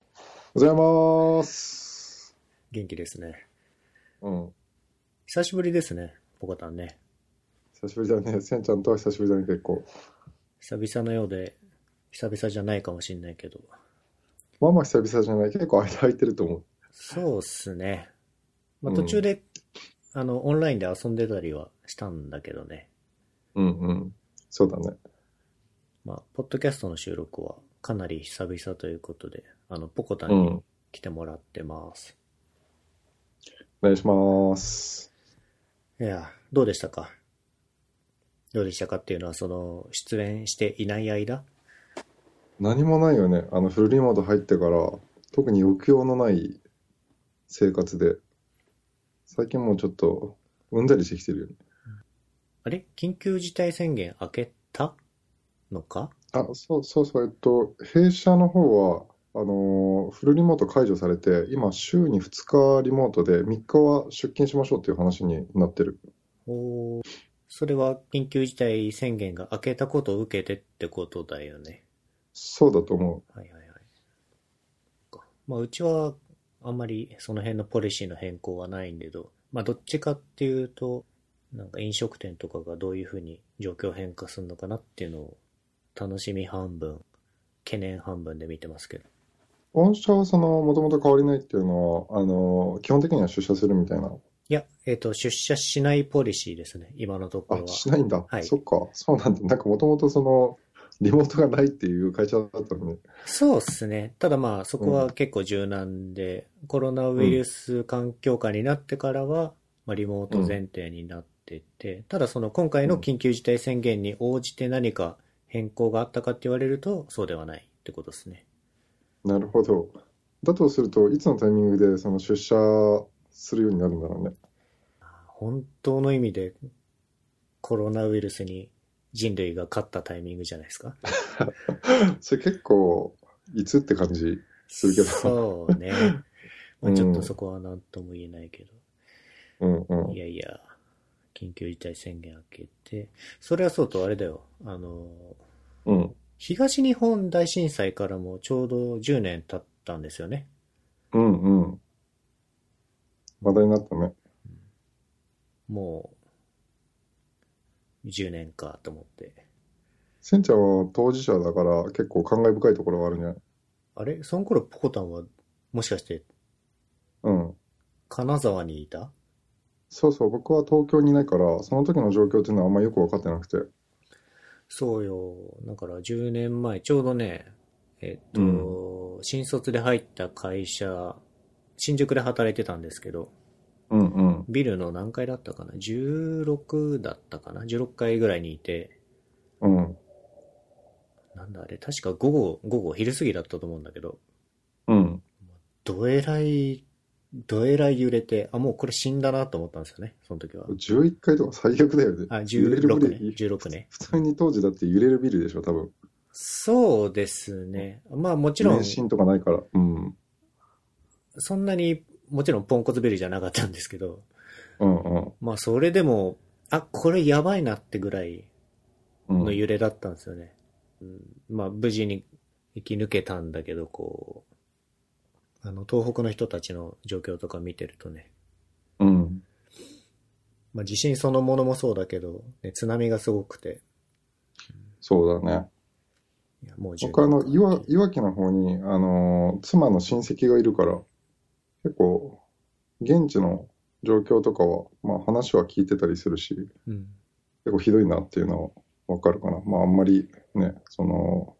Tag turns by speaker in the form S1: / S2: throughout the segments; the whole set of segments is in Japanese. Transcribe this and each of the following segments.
S1: おはようございます。
S2: 元気ですね。
S1: うん。
S2: 久しぶりですね、ポコタンね。
S1: 久しぶりだね。せんちゃんとは久しぶりだね、結構。
S2: 久々のようで、久々じゃないかもしんないけど。
S1: まあまあ久々じゃない。結構間空いてると思う。
S2: そうっすね。ま
S1: う
S2: あ
S1: ん
S2: 途中で、あの、オンラインで遊んでたりはしたんだけどね。
S1: うんうん。そうだね。
S2: まあ、ポッドキャストの収録はかなり久々ということで、あの、ポコタ
S1: う
S2: ン
S1: ん。
S2: に
S1: お
S2: 来てもらってます。
S1: 願いします。
S2: いや、どうでしたかどうでしたかっていうのは、その、出演していない間
S1: 何もないよね。あの、フルリモート入ってから、特に抑揚のない生活で、最近もうちょっと、うんざりしてきてるよね。
S2: あれ緊急事態宣言明けたのか
S1: あ、そうそうそう。えっと、弊社の方は、あのーフルリモート解除されて、今、週に2日リモートで、3日は出勤しましょうっていう話になってる。
S2: おーそれは緊急事態宣言が明けたことを受けてってことだよね。
S1: そうだと思
S2: はいはいはい。そっかまあ、うちはあんまりその辺のポリシーの変更はないんだけど、まあ、どっちかっていうと、なんか飲食店とかがどういうふうに状況変化するのかなっていうのを楽しみ半分、懸念半分で見てますけど。
S1: う。御社はその、もともと変わりないっていうのは、あのー基本的には出社するみたいな。
S2: いや、えっ、と、出社しないポリシーですね、今のところ
S1: あ、
S2: は。
S1: しないんだ。
S2: はい
S1: そっか。そうなんだ。なんかもともとその、リモートがないっていう会社だったのね。
S2: そうっすね。ただまあ、そこ
S1: う
S2: は結構柔軟で、コロナウイルス環境下になってからは、まあ、リモート前提になってて、ただその今回の緊急事態宣言に応じて何か変更があったかって言われると、そうではないってことですね。
S1: なるほど。だとすると、いつのタイミングでその出社するようになるんだろうね。
S2: 本当の意味で、コロナウイルスに人類が勝ったタイミングじゃないですか。
S1: それ結構、いつって感じ。するけど
S2: そうね。
S1: う
S2: まあ、
S1: ん
S2: ちょっとそこは何とも言えないけど。
S1: うんうん
S2: い。やいや、緊急事態宣言明けて、それはそうとあれだよ、あの、
S1: うん。
S2: 東日本大震災からもちょうど10年経ったんですよね。
S1: うんうん。話題になったね。
S2: もう、10年かと思って。
S1: せんちゃんは当事者だから結構感慨深いところはあるんじゃない
S2: あれその頃ポコタンは、もしかして、
S1: うん。
S2: 金沢にいた
S1: そうそう、僕は東京にいないから、その時の状況っていうのはあんまよく分かってなくて。
S2: そうよ。だから10年前、ちょうどね、えっと、新卒で入った会社、新宿で働いてたんですけど、
S1: うんうん。
S2: ビルの何階だったかな ?16 だったかな ?16 階ぐらいにいて、
S1: うん。
S2: なんだあれ、確か午後、午後昼過ぎだったと思うんだけど、
S1: うん。
S2: どえらい、どえらい揺れて、あ、もうこれ死んだなと思ったんですよね、その時は。
S1: 11回とか最悪だよね。
S2: あ、
S1: 揺れるビ
S2: 16ね
S1: ル。
S2: 16ね。
S1: 普通に当時だって揺れるビルでしょ、多分。
S2: そうですね。まあもちろん
S1: 免、震とかないから。うん。
S2: そんなに、もちろんポンコツビルじゃなかったんですけど、
S1: うんうん。
S2: まあそれでも、あ、これやばいなってぐらい、
S1: うん
S2: の揺れだったんですよね。うんまあ、無事に生き抜けたんだけど、こう、あの、東北の人たちの状況とか見てるとね、
S1: うん。
S2: まあ、地震そのものもそうだけど、ね、津波がすごくて、
S1: そうだね。
S2: いやもう10
S1: 僕あの、いわ
S2: 年、
S1: いわきの方に、あのー、妻の親戚がいるから、結構、現地の状況とかは、まあ話は聞いてたりするし、結
S2: うん。
S1: 構ひどいなっていうのはわかるかな。まああんまりね、その、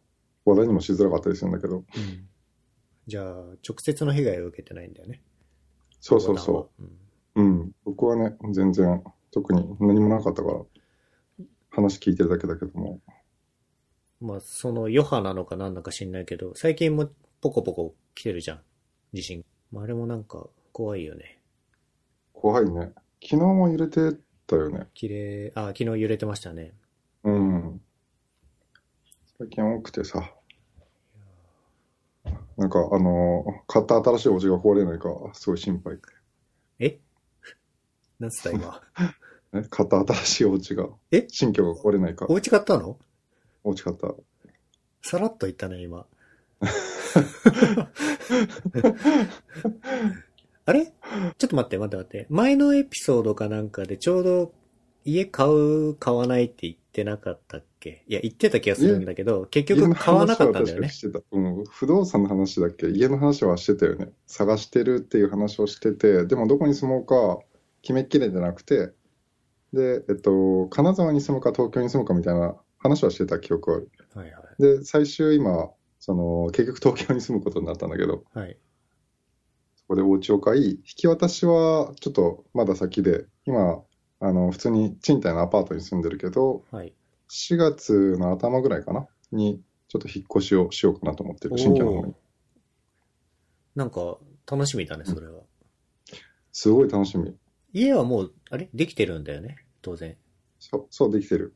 S1: 話題にもしづらかったりするんだけど、
S2: うんじゃあ、直接の被害を受けてないんだよね。。
S1: そうそうそうう。
S2: ん、
S1: うん。僕はね、全然、特に何もなかったから、話聞いてるだけだけども。
S2: まあ、その余波なのかなんだか知んないけど、最近もポコポコ来てるじゃん、地震。まあ、あれもなんか怖いよね。
S1: 怖いね。昨日も揺れてたよね。
S2: 綺麗、あ、昨日揺れてましたね。
S1: うん。最近多くてさ。なんか、あのー買った新しいお家が壊れないか、すごい心配。
S2: えなんつった今。
S1: え買った新しいお家が、
S2: え
S1: 新居が壊れないか
S2: お、家買ったの
S1: お家買った。
S2: さらっと言ったね、今。あれちょっと待って、待って待って。前のエピソードかなんかでちょうど家買う、買わないって言ってなかったっけいや、言ってた気がするんだけど、結
S1: 家
S2: 局
S1: の
S2: 買わな
S1: 話
S2: か
S1: は
S2: ったんだ
S1: 確
S2: よ
S1: か
S2: ね。
S1: してた。うん、不動産の話だっけ家の話はしてたよね。探してるっていう話をしてて、でもどこに住もうか決めきれてなくて、で、えっと、金沢に住むか東京に住むかみたいな話はしてた記憶はある。
S2: はいは
S1: で、最終今、その、結局東京に住むことになったんだけど、
S2: い。はい。
S1: そこでお家を買い、引き渡しはちょっとまだ先で、今、あの、普通に賃貸のアパートに住んでるけど、
S2: はい。
S1: 4月の頭ぐらいかなに、ちょっと引っ越しをしようかなと思ってる、新居の方
S2: おー
S1: に。
S2: なんか、楽しみだね、それは。
S1: すごい楽しみ。
S2: 家はもう、あれできてるんだよね、当然。
S1: そう、そうできてる。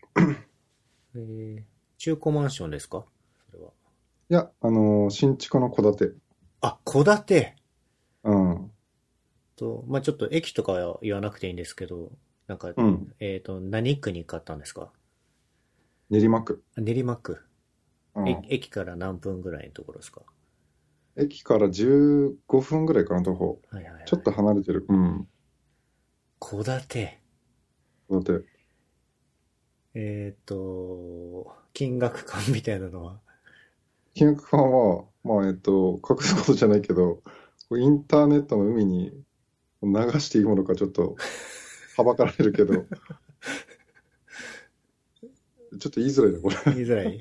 S2: えー、中古マンションですかそれは。
S1: いや、あのー新築の戸建て。
S2: あ、戸建て
S1: うん。
S2: と、まあちょっと駅とかは言わなくていいんですけど、なんか、
S1: うん。
S2: えっ、と、何区に買ったんですか
S1: 練馬区。
S2: あ練馬区、
S1: うん
S2: え駅から何分ぐらいのところですか
S1: 駅から15分ぐらいかな、徒歩。
S2: はいはい、はい。
S1: ちょっと。離れてる。うん。
S2: 戸建て。
S1: 戸建て。
S2: えっ、と、金額感みたいな のは。
S1: 金額感は、まあ、えっと、隠すことじゃないけど、こうインターネットの海に流していいものかちょっと、はばかられるけ ど、ちょっと言いづらいな、これ。
S2: 言いづらい。うん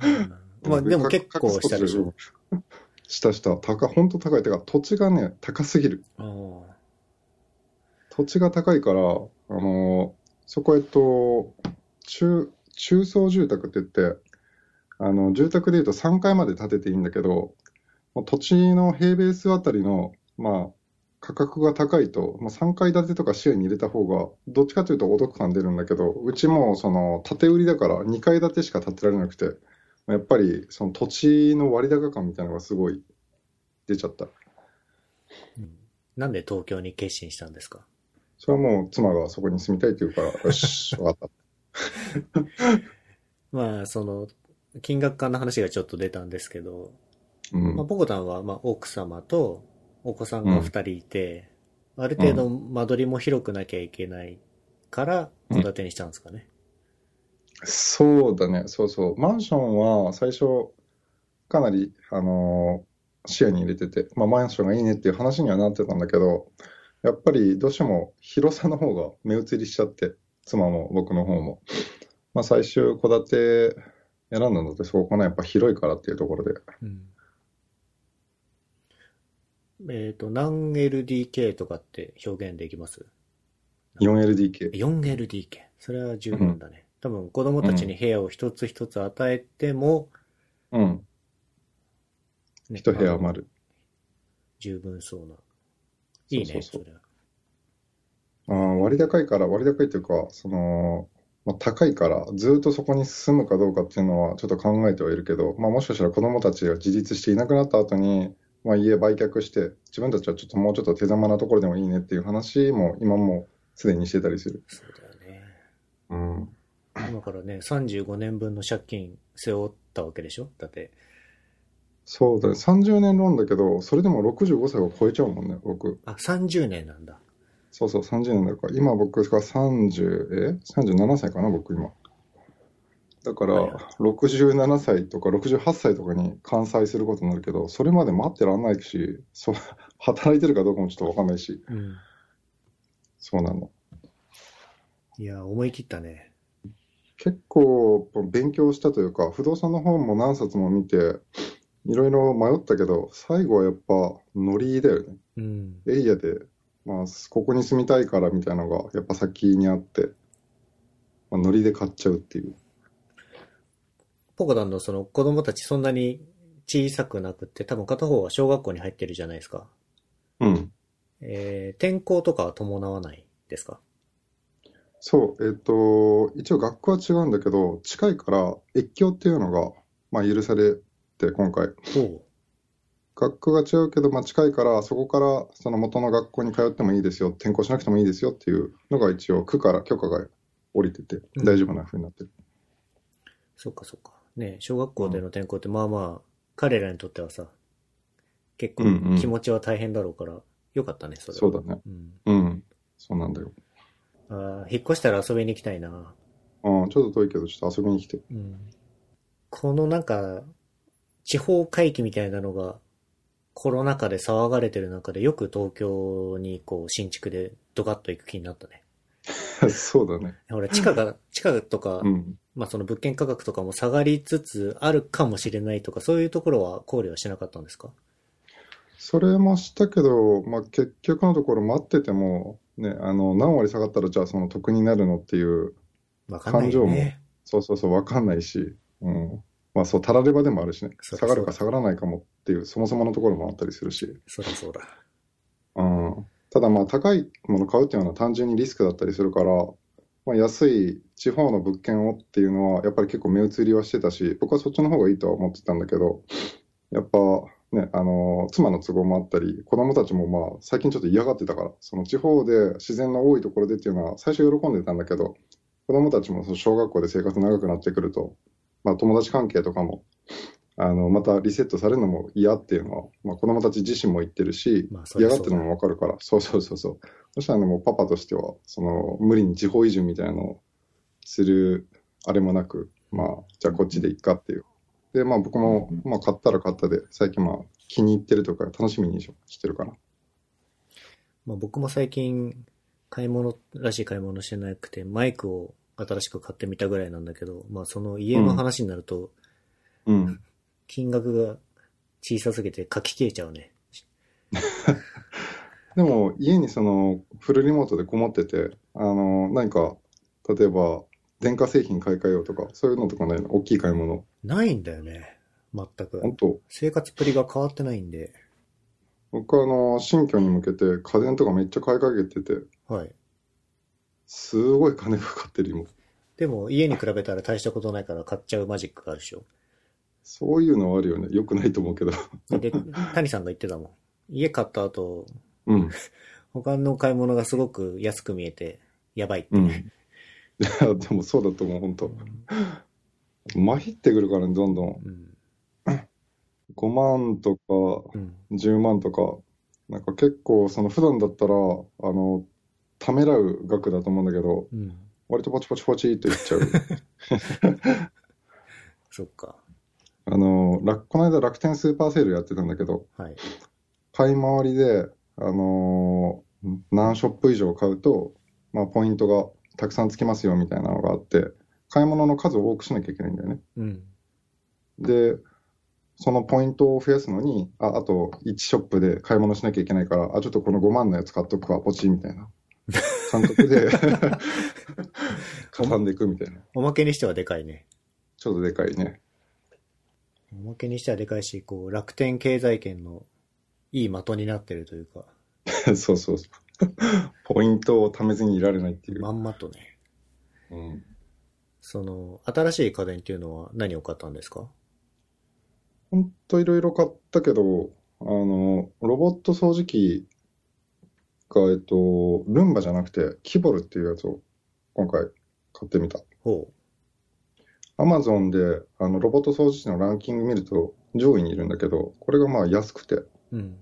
S2: まあ
S1: うん
S2: でも結
S1: 隠
S2: 構
S1: すこと
S2: した
S1: じゃ
S2: で
S1: ない
S2: しょ。
S1: したした。高、本当高い。てか、土地がね、高すぎる。
S2: あー
S1: 土地が高いから、あのーそこ、えっと、中、中層住宅って言って、あの、住宅で言うと3階まで建てていいんだけど、もう土地の平米数あたりの、まあ、価格が高いと、まあ、3階建てとか視野に入れた方が、どっちかというとお得感出るんだけど、うちもその、建て売りだから2階建てしか建てられなくて、やっぱりその土地の割高感みたいなのがすごい出ちゃった。
S2: うんなんで東京に決心したんですか
S1: それはもう妻がそこに住みたいって言うから、よし、わかった。
S2: まあ、その、金額感の話がちょっと出たんですけど、
S1: うん
S2: まあ、ポコタンは、まあ、奥様とお子さんが二人いて、ある程度間取りも広くなきゃいけないから、
S1: う
S2: 戸
S1: ん
S2: 建てにしたんですかね。
S1: そうだね、そうそう。マンションは最初、かなり、あのー視野に入れてて、まあ、マンションがいいねっていう話にはなってたんだけど、やっぱりどうしても広さの方が目移りしちゃって、妻も僕の方も。まあ、最終戸建て選んだのって、そこかな、やっぱ広いからっていうところで。
S2: えっ、と、何 LDK とかって表現できます
S1: 4LDK。
S2: 4LDK。それは十分だね。多分子供たちに部屋を一つ一つ与えても、
S1: うん。
S2: ね
S1: 一部屋
S2: あの
S1: 余る。
S2: 十分そうな。いいね、
S1: そう
S2: そ
S1: そうそう
S2: れは。
S1: あー割高いから、割高いというか、その、まあ、高いから、ずっとそこに住むかどうかっていうのはちょっと考えてはいるけど、まあ、もしかしたら子供たちが自立していなくなった後に、まあ、家売却して、自分たちはちょっともうちょっと手狭なところでもいいねっていう話も今もすでにしてたりする。
S2: そうだよね。
S1: うん。
S2: 今からね、35年分の借金背負ったわけでしょだって。
S1: そうだね。30年ローンだけど、それでも65歳を超えちゃうもんね、僕。
S2: あ、30年なんだ。
S1: そうそう、30年だから。今僕が30、え ?37 歳かな、僕今。だから
S2: はいはい、
S1: 67歳とか68歳とかに完済することになるけど、それまで待ってらんないし、そう、 働いてるかどうかもちょっとわかんないし、
S2: うん。
S1: そうなの。
S2: いや、思い切ったね。
S1: 結構勉強したというか、不動産の本も何冊も見て、いろいろ迷ったけど、最後はやっぱノリだよね。
S2: うん。
S1: エリアで、まあ、ここに住みたいからみたいなのが、やっぱ先にあって、まあ、ノリで買っちゃうっていう。
S2: ポコダンのその子供たちそんなに小さくなくって、多分片方は小学校に入ってるじゃないですか。
S1: うん。
S2: えー、転校とかは伴わないですか
S1: そう、えっと、一応学区は違うんだけど、近いから越境っていうのが、まあ、許されて、今回。
S2: おう。
S1: 学区が違うけど、まあ、近いから、そこからその元の学校に通ってもいいですよ、転校しなくてもいいですよっていうのが一応、区から許可が降りてて、
S2: うん
S1: 大丈夫なふうになってる。
S2: そっかそっか。ね小学校での転校ってまあまあ、彼らにとってはさ、結
S1: うんう
S2: 構
S1: ん
S2: 気持ちは大変だろうから、よかったね、それは。
S1: そうだね。
S2: うん。
S1: うん。そうなんだよ。
S2: あー引っ越したら遊びに行きたいな。
S1: うん、ちょっと遠いけど、ちょっと遊びに来て。
S2: うん。このなんか、地方回帰みたいなのが、コロナ禍で騒がれてる中で、よく東京にこう新築でドカッと行く気になったね。
S1: そうだね。
S2: ほら、地価が、地価とか、
S1: うん。
S2: まあその物件価格とかも下がりつつあるかもしれないとか、そういうところは考慮はしなかったんですか
S1: それもしたけど、まあ、結局のところ待ってても、ね、あの、何割下がったら、じゃあその得になるのっていう、
S2: わかんないよ
S1: 感情
S2: ね。
S1: そうそうそう、わかんないし、うん。まあ、そう、たらればでもあるしね。
S2: そう
S1: 下
S2: だ
S1: がるか
S2: そ
S1: 下がらないかもっていう、そもそものところもあったりするし。
S2: そうだそうだ。
S1: うん。ただまあ、高いもの買うっていうのは単純にリスクだったりするから、まあ、安い地方の物件をっていうのは、やっぱり結構目移りはしてたし、僕はそっちの方がいいとは思ってたんだけど、やっぱ、ね、あの、妻の都合もあったり、子供たちもまあ、最近ちょっと嫌がってたから、その地方で自然の多いところでっていうのは、最初喜んでたんだけど、子供たちもその小学校で生活長くなってくると、まあ、友達関係とかも、あの、またリセットされるのも嫌っていうのは、まあ、子供たち自身も言ってるし、
S2: まあそり
S1: 嫌が
S2: ゃそ
S1: っ
S2: う
S1: て
S2: だ
S1: るのもわかるから、そうそうそうそう。そしたらね、もうパパとしては、その、無理に地方移住みたいなのをする、あれもなく、まあ、じゃあこっちでいっかっていう。で、まあ僕も、まあ買ったら買ったで、最近まあ気に入ってるとか、楽しみにしてるかな。
S2: まあ僕も最近、買い物らしい買い物してなくて、マイクを新しく買ってみたぐらいなんだけど、まあその家の話になると、
S1: うん。
S2: 金額が小さすぎて書き消えちゃうね。
S1: でも、家にその、フルリモートでこもってて、あの、何か、例えば、電化製品買い替えようとか、そういうのとかないの大きい買い物。
S2: ないんだよね。全く。
S1: 本当
S2: 生活っぷりが変わってないんで。
S1: 僕はあの、新居に向けて家電とかめっちゃ買いかけてて、
S2: はい。
S1: すごい金かかってる今。
S2: でも家に比べたら大したことないから買っちゃうマジックがあるでしょ。
S1: そういうのはあるよね。良くないと思うけど。
S2: で、 谷さんが言ってたもん。家買った後、
S1: うん。
S2: 他の買い物がすごく安く見えて、やばいって。
S1: うん。いや、でもそうだと思う、本当麻痺ってくるからね、どんどん。
S2: うん。
S1: 5万とか
S2: うん。
S1: 10万とか、なんか結構、その普段だったら、あの、ためらう額だと思うんだけど、
S2: うん。
S1: 割とパチパチパチって言っちゃう。
S2: そっか。
S1: あの、楽この間楽天スーパーセールやってたんだけど、
S2: はい。
S1: 買い回りで、あのー何ショップ以上買うと、まあ、ポイントがたくさんつきますよみたいなのがあって、買い物の数を多くしなきゃいけないんだよね。
S2: うん。
S1: で、そのポイントを増やすのに、あ、あと1ショップで買い物しなきゃいけないから、あ、ちょっとこの5万のやつ買っとくわ、ポチみたいな感覚で、挟んでいくみたいな。
S2: おまけにしてはでかいね。
S1: ちょっとでかいね。
S2: おまけにしてはでかいし、こう、楽天経済圏のいい的になってるというか、
S1: そうそうそう。ポイントを貯めずにいられないっていう。
S2: まんまとね。
S1: うん
S2: その、新しい家電っていうのは何を買ったんですか
S1: ほんといろいろ買ったけど、あの、ロボット掃除機が、えっと、ルンバじゃなくて、キボルっていうやつを今回買ってみた。
S2: ほ
S1: アマゾンで、あの、ロボット掃除機のランキング見ると上位にいるんだけど、これがまあ安くて、
S2: う。うん。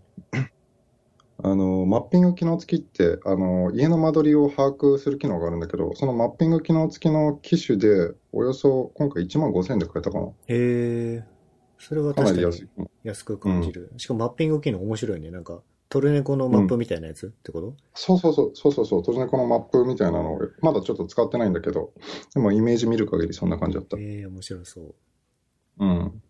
S1: あの、マッピング機能付きって、あの、家の間取りを把握する機能があるんだけど、そのマッピング機能付きの機種で、およそ今回1万5000円で買えたかな。
S2: へえ。それは
S1: かな
S2: 確
S1: り
S2: か
S1: 安い
S2: に。安く感じる。しかもマッピング機能面白いね。なんか、トルネコのマップみたいなやつってこと、
S1: そうそうそう、そうそうそう、当然このマップみたいなのを、まだちょっと使ってないんだけど、でもイメージ見る限りそんな感じだった。
S2: ええ面白そう。
S1: うん。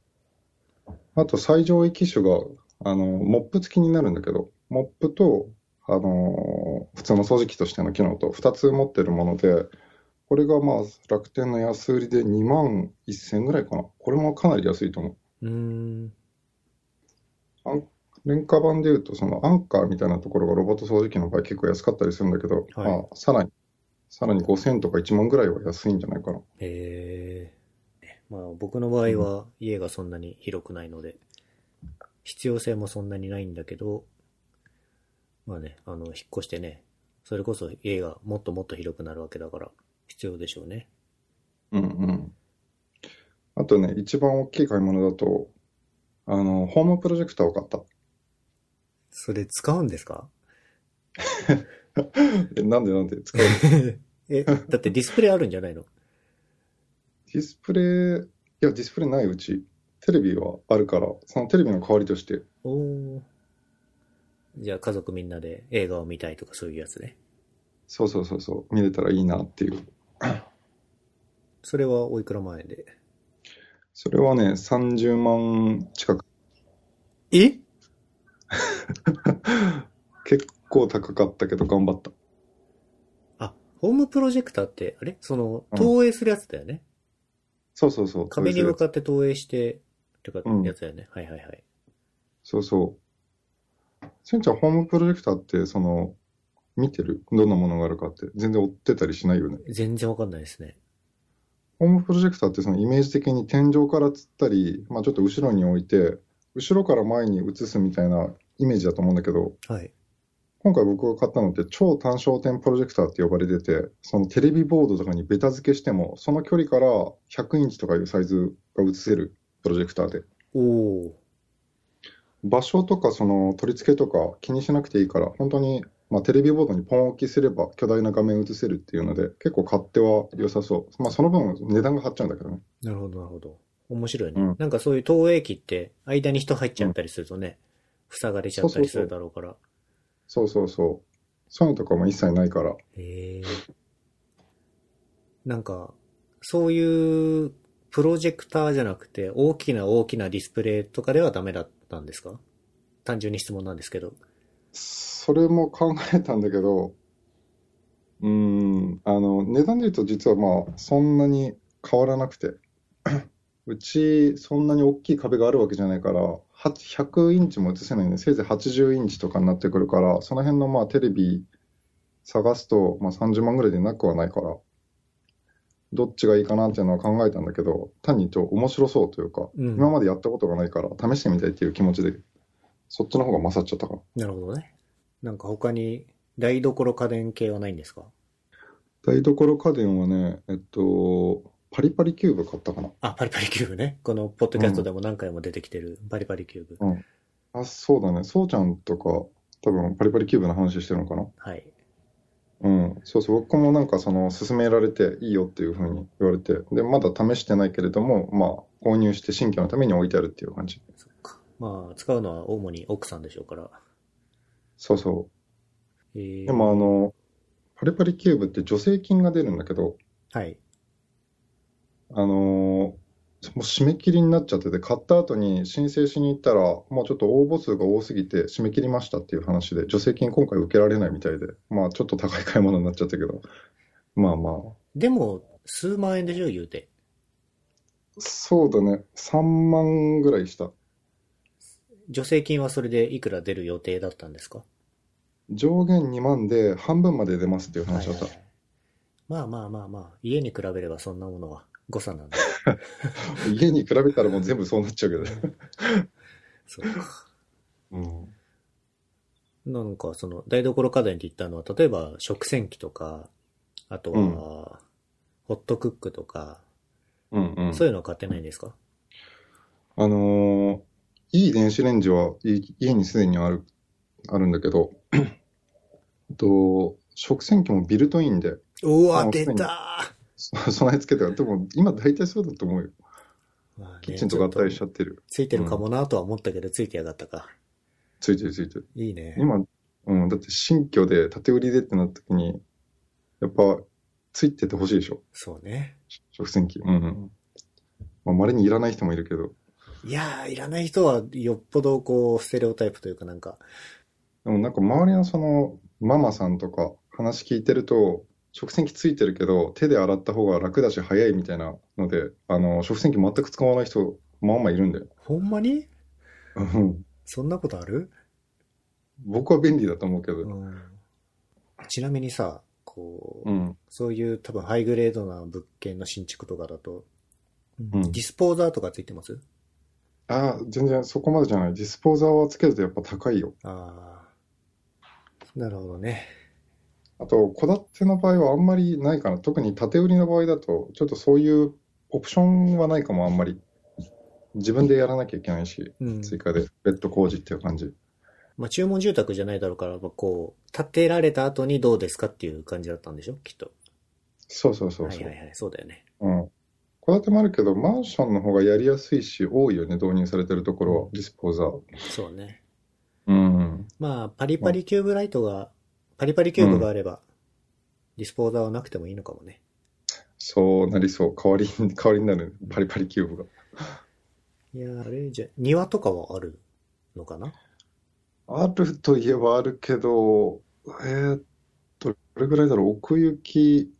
S1: あと最上位機種が、あの、モップ付きになるんだけど、モップと、あのー普通の掃除機としての機能と2つ持ってるもので、これがまあ楽天の安売りで2万1000円ぐらいかな。これもかなり安いと思う。
S2: うーん。
S1: 廉価版でいうと、そのアンカーみたいなところがロボット掃除機の場合結構安かったりするんだけど、
S2: はい
S1: まあ、さらに、さらに5000とか1万ぐらいは安いんじゃないかな。
S2: ええまあ僕の場合は家がそんなに広くないので、必要性もそんなにないんだけど、まあね、あの、引っ越してね、それこそ家がもっともっと広くなるわけだから、必要でしょうね。
S1: うんうん。あとね、一番大きい買い物だと、あの、ホームプロジェクターを買った。
S2: それ使うんですか
S1: えなんでなんで 使うの
S2: え、だってディスプレイあるんじゃないの
S1: ディスプレイ、いや、ディスプレイないうち、テレビはあるから、そのテレビの代わりとして、
S2: おお。じゃあ家族みんなで映画を見たいとかそういうやつね。
S1: そうそうそうそう、見れたらいいなっていう。
S2: それはおいくら前で。
S1: それはね、30万近く、
S2: え
S1: 結構高かったけど頑張った。
S2: あ、ホームプロジェクターって、あれその、投影するやつだよね。
S1: そうそうそう。
S2: 壁に向
S1: っ
S2: かって投影して、とか
S1: うん
S2: やつだよね。はいはいはい。
S1: そうそう。せんちゃん、ホームプロジェクターって、その、見てるどんなものがあるかって、全然追ってたりしないよね。
S2: 全然わかんないですね。
S1: ホームプロジェクターってそのイメージ的に天井からつったり、まあ、ちょっと後ろに置いて後ろから前に移すみたいなイメージだと思うんだけど
S2: はい。
S1: 今回僕が買ったのって超単焦点プロジェクターって呼ばれててそのテレビボードとかにベタ付けしてもその距離から100インチとかいうサイズが映せるプロジェクターで
S2: おお。
S1: 場所とかその取り付けとか気にしなくていいから本当にまあテレビボードにポン置きすれば巨大な画面映せるっていうので結構買っては良さそう、まあ、その分値段が張っちゃうんだけどね
S2: なるほどなるほど。面白いね。
S1: うん
S2: なんかそういう投影機って、間に人入っちゃったりするとね、塞がれちゃったりす
S1: そうそうそう
S2: るだろうから。
S1: そうそうそう。そういうのとかも一切ないから。
S2: へえ。なんか、そういうプロジェクターじゃなくて、大きな大きなディスプレイとかではダメだったんですか単純に質問なんですけど。
S1: それも考えたんだけど、うーん、あの、値段で言うと実はまあ、そんなに変わらなくて。 うち、そんなに大きい壁があるわけじゃないから、は100インチも映せないね。せいぜい80インチとかになってくるから、その辺のまあ、テレビ探すと、まあ、30万ぐらいでなくはないから、どっちがいいかなっていうのは考えたんだけど、単にちょっと面白そうというか、
S2: うん
S1: 今までやったことがないから、試してみたいっていう気持ちで、そっちの方が勝っちゃったから。
S2: なるほどね。なんか他に台所家電系はないんですか
S1: 台所家電はね、えっと、パリパリキューブ買ったかな。
S2: あ、パリパリキューブね。このポッドキャストでも何回も出てきてるパリパリキューブ。
S1: あ、そうだね。そうちゃんとか、多分パリパリキューブの話してるのかな。
S2: はい。
S1: うん。そうそう。僕もなんかその、勧められていいよっていうふうに言われて、で、まだ試してないけれども、まあ、購入して新居のために置いてあるっていう感じ。
S2: そっか。まあ、使うのは主に奥さんでしょうから。
S1: そうそ
S2: えー
S1: う。でもあの、パリパリキューブって助成金が出るんだけど、
S2: はい。
S1: あのーもう締め切りになっちゃってて、買った後に申請しに行ったら、もうちょっと応募数が多すぎて、締め切りましたっていう話で、助成金今回受けられないみたいで、まあちょっと高い買い物になっちゃったけど、まあまあ、
S2: でも、数万円でしょ、言うて。
S1: そうだね、3万ぐらいした。
S2: 助成金はそれでいくら出る予定だったんですか
S1: 上限2万で半分まで出ますっていう話だった。
S2: はいはいはいまあまあまあまあ、家に比べればそんなものは誤 差なんで。
S1: 家に比べたらもう全部そうなっちゃうけどね。
S2: そうか。
S1: うん、
S2: なんか、その、台所家電って言ったのは、例えば食洗機とか、あと
S1: うん
S2: は、ホットクックとか、
S1: うん、うん。
S2: そういうのは買ってないんですか
S1: あのーいい電子レンジはい家にすでにある、あるんだけど、えっと、食洗機もビルトインで
S2: うわ、
S1: あ
S2: 出たー
S1: そうそ備え付けてあるでも今大体そうだと思うよ。
S2: まあね
S1: キッチンとかあったりしち
S2: ちょ
S1: ゃ
S2: っと
S1: ってる。
S2: ついてるかもなとは思ったけど、ついてやがったか。
S1: ついてるついてる。
S2: いいね。
S1: 今、うん、だって新居で縦売りでってなった時に、やっぱついててほしいでしょ。
S2: そうね。
S1: 食洗機。うん、うん。まあ、稀にいらない人もいるけど。
S2: いやー、いらない人はよっぽどこう、ステレオタイプというかなんか、
S1: でもなんか周りのそのママさんとか話聞いてると食洗機ついてるけど手で洗った方が楽だし早いみたいなのであの食洗機全く使わない人まあまあいるんだよ。
S2: ほんまに
S1: うん
S2: そんなことある
S1: 僕は便利だと思うけど。
S2: うんちなみにさ、こう、
S1: うん。
S2: そういう多分ハイグレードな物件の新築とかだと、
S1: ん
S2: ディスポーザーとかついてます
S1: ああ、全然そこまでじゃない。ディスポーザーはつけるとやっぱ高いよ。
S2: ああ。なるほどね。
S1: あと、戸建ての場合はあんまりないかな。特に建て売りの場合だと、ちょっとそういうオプションはないかも、あんまり。自分でやらなきゃいけないし、
S2: うん。
S1: 追加で、ベッド工事っていう感じ。
S2: まあ、注文住宅じゃないだろうから、やっぱこう、建てられた後にどうですかっていう感じだったんでしょきっと。
S1: そうそうそう
S2: は
S1: そ。
S2: いうはいはい、そうだよね。
S1: うん。戸建てもあるけど、マンションの方がやりやすいし、多いよね、導入されてるところは、ディスポーザー。
S2: そうね。
S1: うん。
S2: まあ、パリパリキューブライトが、パリパリキューブがあれば、ディスポーザーはなくてもいいのかもね。
S1: そうなりそう。代わりに、 代わりになる、パリパリキューブが。
S2: いやー、あれじゃ、庭とかはあるのかな
S1: あるといえばあるけど、えーっと、どれぐらいだろう、奥行き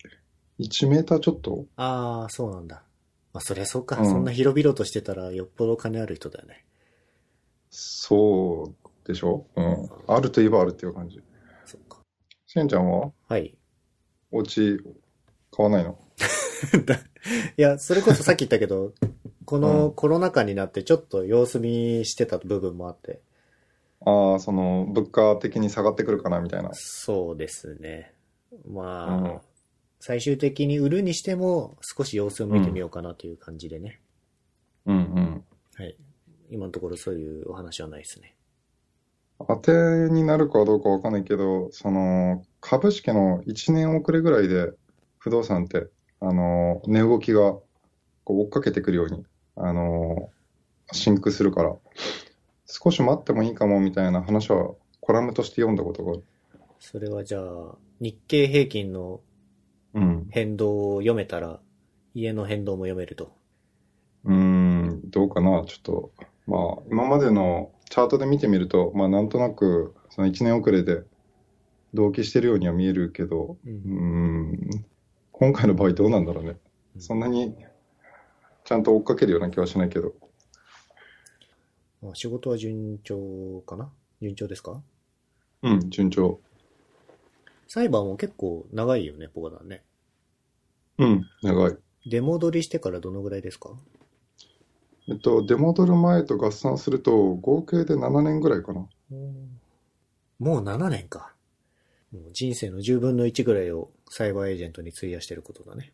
S1: 1メーターちょっと
S2: ああ、そうなんだ。まあ、そりゃそうか。
S1: うん
S2: そんな広々としてたら、よっぽど金ある人だよね。
S1: そうでしょうん。あるといえばあるっていう感じ。
S2: そっか。
S1: しんちゃんは
S2: はい。
S1: お家買わないの
S2: だいや、それこそさっき言った けど、このコロナ禍になってちょっと様子見してた部分もあって。
S1: ああ、その、物価的に下がってくるかなみたいな。
S2: そうですね。まあ、
S1: うん
S2: 最終的に売るにしても少し様子を見てみようかなという感じでね。
S1: うんうん。
S2: はい。今のところそういうお話はないですね。
S1: 当てになるかどうかわかんないけど、その、株式の1年遅れぐらいで、不動産って、あの、値動きが、こう追っかけてくるように、あの、シンクするから、少し待ってもいいかもみたいな話は、コラムとして読んだことがある。
S2: それはじゃあ、日経平均の
S1: うん。
S2: 変動を読めたら、家の変動も読めると。
S1: うーん、どうかな、ちょっと、まあ、今までのチャートで見てみると、まあ、なんとなく、その1年遅れで同期してるようには見えるけど、うー
S2: うん
S1: ん、今回の場合どうなんだろうね。そんなに、ちゃんと追っかけるような気はしないけど、
S2: まあ仕事は順調かな順調ですか
S1: うん、順調。
S2: 裁判も結構長いよね、ポカダンね。
S1: うん、長い。
S2: 出戻りしてからどのぐらいですか
S1: えっと、出戻る前と合算すると、合計で7年ぐらいかな。
S2: もう7年か。もう人生の10分の1ぐらいをサイバーエージェントに費やしてることだね。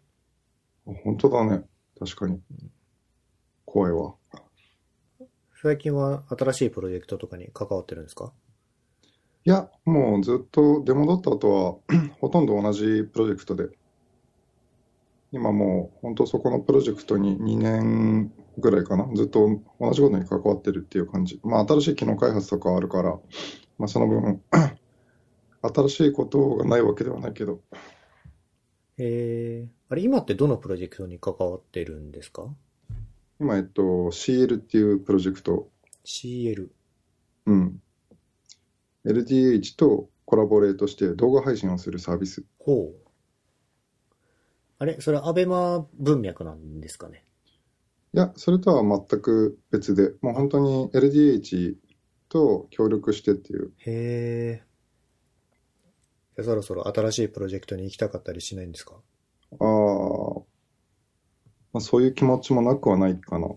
S1: 本当だね。確かに。怖いわ。
S2: 最近は新しいプロジェクトとかに関わってるんですか
S1: いや、もうずっと出戻った後は、 ほとんど同じプロジェクトで、今もう本当そこのプロジェクトに2年ぐらいかな、ずっと同じことに関わってるっていう感じ。まあ新しい機能開発とかあるから、まあその分、 新しいことがないわけではないけど、
S2: えー、あれ今ってどのプロジェクトに関わってるんですか
S1: 今、えっと、CL っていうプロジェクト、
S2: ?CL。
S1: うん。LDH とコラボレートして動画配信をするサービス。
S2: ほう。あれそれアベマ文脈なんですかね
S1: いや、それとは全く別で、もう本当に LDH と協力してっていう、
S2: へえ。そろそろ新しいプロジェクトに行きたかったりしないんですか
S1: あーまあ、そういう気持ちもなくはないかな。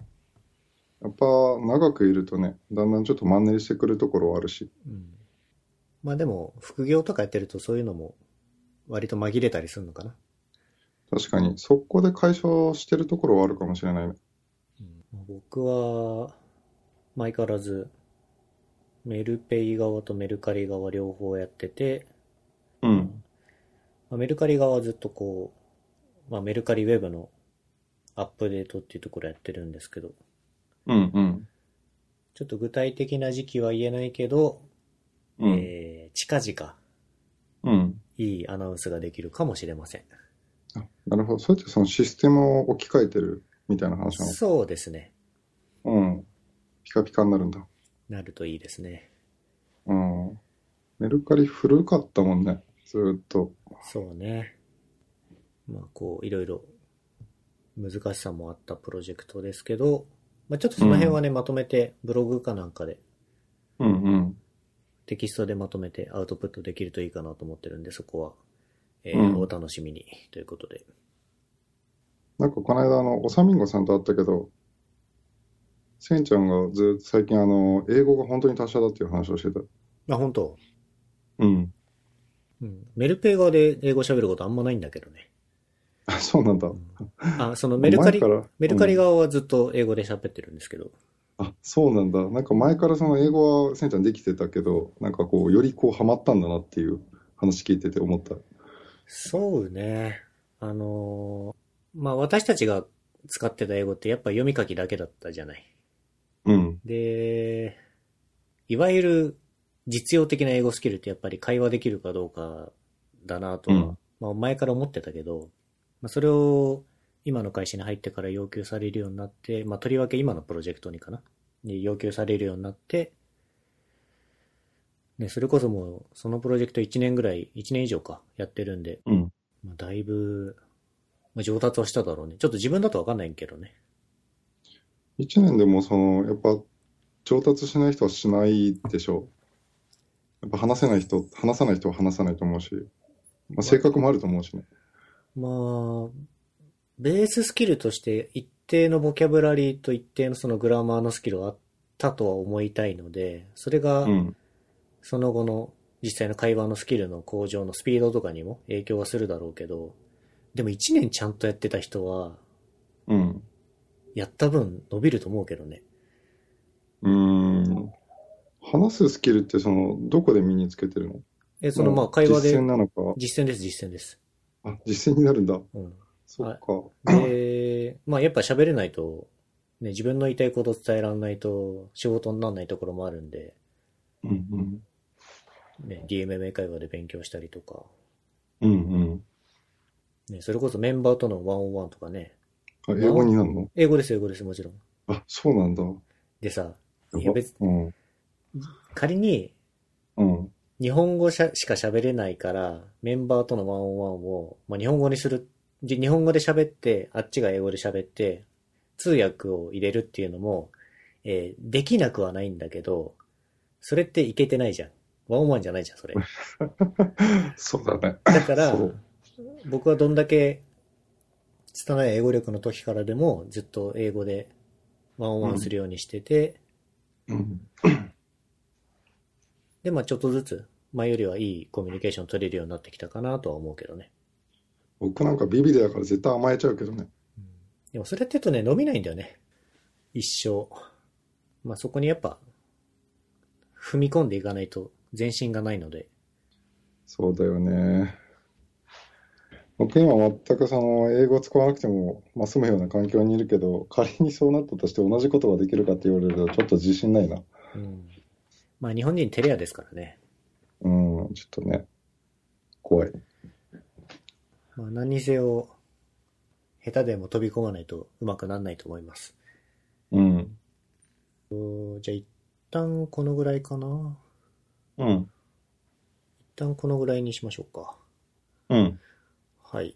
S1: やっぱ長くいるとね、だんだんちょっとマンネリしてくるところはあるし、
S2: うんまあでも、副業とかやってるとそういうのも割と紛れたりするのかな。
S1: 確かに、速攻で解消してるところはあるかもしれないね。
S2: 僕は、前からず、メルペイ側とメルカリ側両方やってて、
S1: うん。
S2: まあメルカリ側はずっとこう、まあ、メルカリウェブのアップデートっていうところやってるんですけど、
S1: うんうん。
S2: ちょっと具体的な時期は言えないけど、
S1: うん。
S2: えー近々
S1: うん。
S2: いいアナウンスができるかもしれません。
S1: なるほど。そうやってそのシステムを置き換えてるみたいな話な
S2: そうですね。
S1: の。うん。ピカピカになるんだ。
S2: なるといいですね。
S1: うん。メルカリ古かったもんね。ずーっと。
S2: そうね。まあこう、いろいろ難しさもあったプロジェクトですけど、まあちょっとその辺はね、まとめてブログかなんかで、
S1: うんうん。
S2: テキストでまとめてアウトプットできるといいかなと思ってるんで、そこは、えー
S1: うん
S2: お楽しみにということで。
S1: なんかこの間、あの、おさみんごさんと会ったけど、せんちゃんがずっと最近、あの、英語が本当に達者だっていう話をしてた。
S2: あ、本当
S1: うん。
S2: うん。メルペイ側で英語喋ることあんまないんだけどね。
S1: あ、そうなんだ。
S2: あ、そのメルカリ
S1: 前、から
S2: メルカリ
S1: うん
S2: 側はずっと英語で喋ってるんですけど、
S1: あ、そうなんだ。なんか前からその英語はせんちゃんできてたけど、なんかこう、よりこう、ハマったんだなっていう話聞いてて思った。
S2: そうね。あのーまあ、私たちが使ってた英語ってやっぱ読み書きだけだったじゃない。
S1: うん。
S2: で、いわゆる実用的な英語スキルってやっぱり会話できるかどうかだなとは、
S1: うん
S2: まあ前から思ってたけど、まあそれを今の会社に入ってから要求されるようになって、まあとりわけ今のプロジェクトにかな、に要求されるようになって、ね、それこそもうそのプロジェクト1年ぐらい、1年以上かやってるんで、
S1: うん。
S2: まあ、だいぶ、まあ、上達はしただろうね。ちょっと自分だとわかんないけどね。
S1: 一年でもその、やっぱ、上達しない人はしないでしょう。やっぱ話せない人、話さない人は話さないと思うし、まあ、性格もあると思うしね。
S2: まあ、ベーススキルとして一定のボキャブラリーと一定のそのグラマーのスキルはあったとは思いたいので、それが
S1: うん。
S2: その後の実際の会話のスキルの向上のスピードとかにも影響はするだろうけど、でも1年ちゃんとやってた人は、
S1: うん。
S2: やった分伸びると思うけどね。
S1: うーん。話すスキルってその、どこで身につけてるの
S2: え、そのまあ会話で
S1: 実践、なのか。
S2: 実践です、実践です。
S1: あ、実践になるんだ。
S2: うん。
S1: そっか。
S2: で、 まあやっぱ喋れないと、ね、自分の言いたいこと伝えられないと仕事にならないところもあるんで、
S1: うんうん。
S2: ね、DMMA 会話で勉強したりとか、
S1: うん
S2: ね、それこそメンバーとのワンオンワンとかね、
S1: うん。あ、英語になるの
S2: 英語です、英語です、もちろん。
S1: あ、そうなんだ。
S2: でさ、い
S1: や
S2: や
S1: ば
S2: 別
S1: うん。
S2: 仮に
S1: うん。
S2: 日本語しゃしか喋れないから、メンバーとのワンオンワンを、まあ、日本語にする、じ日本語で喋って、あっちが英語で喋って、通訳を入れるっていうのも、えーできなくはないんだけど、それっていけてないじゃん。ワンオンワンじゃないじゃん、 それ。
S1: そうだね。
S2: だから
S1: そう、
S2: 僕はどんだけ、拙い英語力の時からでも、ずっと英語でワンオンワンするようにしてて、
S1: うん。
S2: で、まあちょっとずつ、前よりはいいコミュニケーション取れるようになってきたかなとは思うけどね。
S1: 僕なんかビビリだから絶対甘えちゃうけどね。
S2: でもそれって言うとね、伸びないんだよね。一生。まあそこにやっぱ、踏み込んでいかないと前進がないので。
S1: そうだよね。僕今全くその英語を使わなくても、まあ、住むような環境にいるけど、仮にそうなったとして同じことができるかって言われるとちょっと自信ないな。
S2: うん。まあ日本人テレアですからね。
S1: うん、ちょっとね、怖い。
S2: まあ何にせよ、下手でも飛び込まないとうまくならないと思います。
S1: うん。
S2: じゃあ一旦このぐらいかな。
S1: うん。
S2: 一旦このぐらいにしましょうか。
S1: うん。
S2: はい。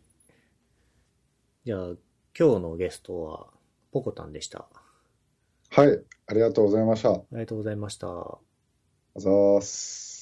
S2: じゃあ今日のゲストはポコタンでした。
S1: はい、ありがとうございました。あ
S2: ありがとうございました。
S1: ざーす。